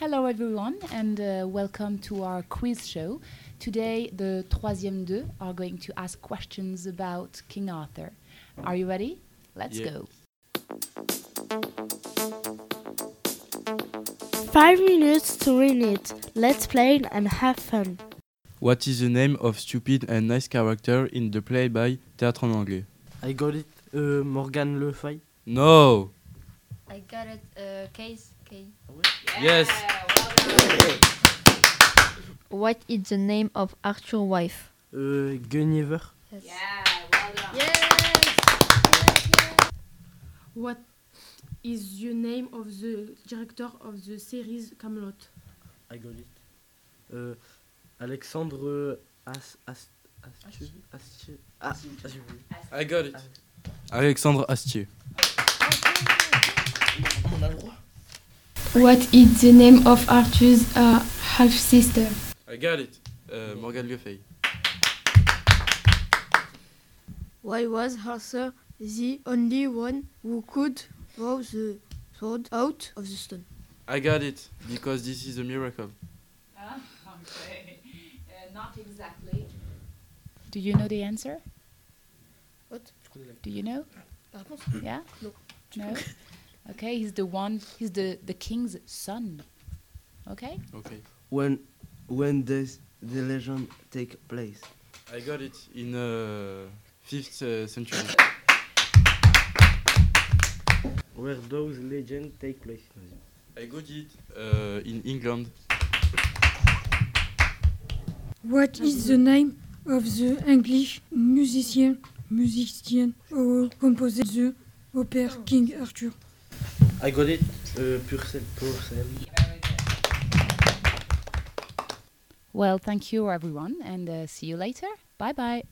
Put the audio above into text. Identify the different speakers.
Speaker 1: Hello everyone and uh, welcome to our quiz show. Today the Troisième Deux are going to ask questions about King Arthur. Are you ready? Let's
Speaker 2: Yeah.
Speaker 1: go.
Speaker 3: Five minutes to win it. Let's play and have fun.
Speaker 2: What is the name of stupid and nice character in the play by Théâtre en anglais?
Speaker 4: I got it. Euh, Morgan Le Fay.
Speaker 2: No.
Speaker 5: I got it. Uh, case. K.
Speaker 2: Yes.
Speaker 5: What is the name of Arthur's wife?
Speaker 4: Euh, Guenièvre.
Speaker 5: Yes.
Speaker 6: What is the name of the director of the series Camelot?
Speaker 4: I got it. Euh, Alexandre euh, As... As... Astu... Astu... Ah, j'ai oublié.
Speaker 2: I got it. Alexandre Astier.
Speaker 6: What is the name of Arthur's uh, half sister?
Speaker 2: I got it. Euh, Morgan Le Fay.
Speaker 7: Why was Arthur the only one who could throw the sword out of the stone?
Speaker 2: I got it because this is a miracle.
Speaker 1: okay. Uh, not exactly. Do you know the answer?
Speaker 7: What?
Speaker 1: Do you know?
Speaker 7: La réponse
Speaker 1: Yeah?
Speaker 7: No.
Speaker 1: No? Okay, he's the one, he's the, the king's son. Okay?
Speaker 2: Okay.
Speaker 4: When, when does the legend take place?
Speaker 2: I got it in uh, 5th uh, century.
Speaker 4: Where does legend take place?
Speaker 2: I got it uh, in England.
Speaker 8: What is the name of the English musician, musician who composed the opera King Arthur?
Speaker 4: I got it. Euh, Purcell. Purcell.
Speaker 1: Well, thank you everyone and uh, see you later. Bye bye.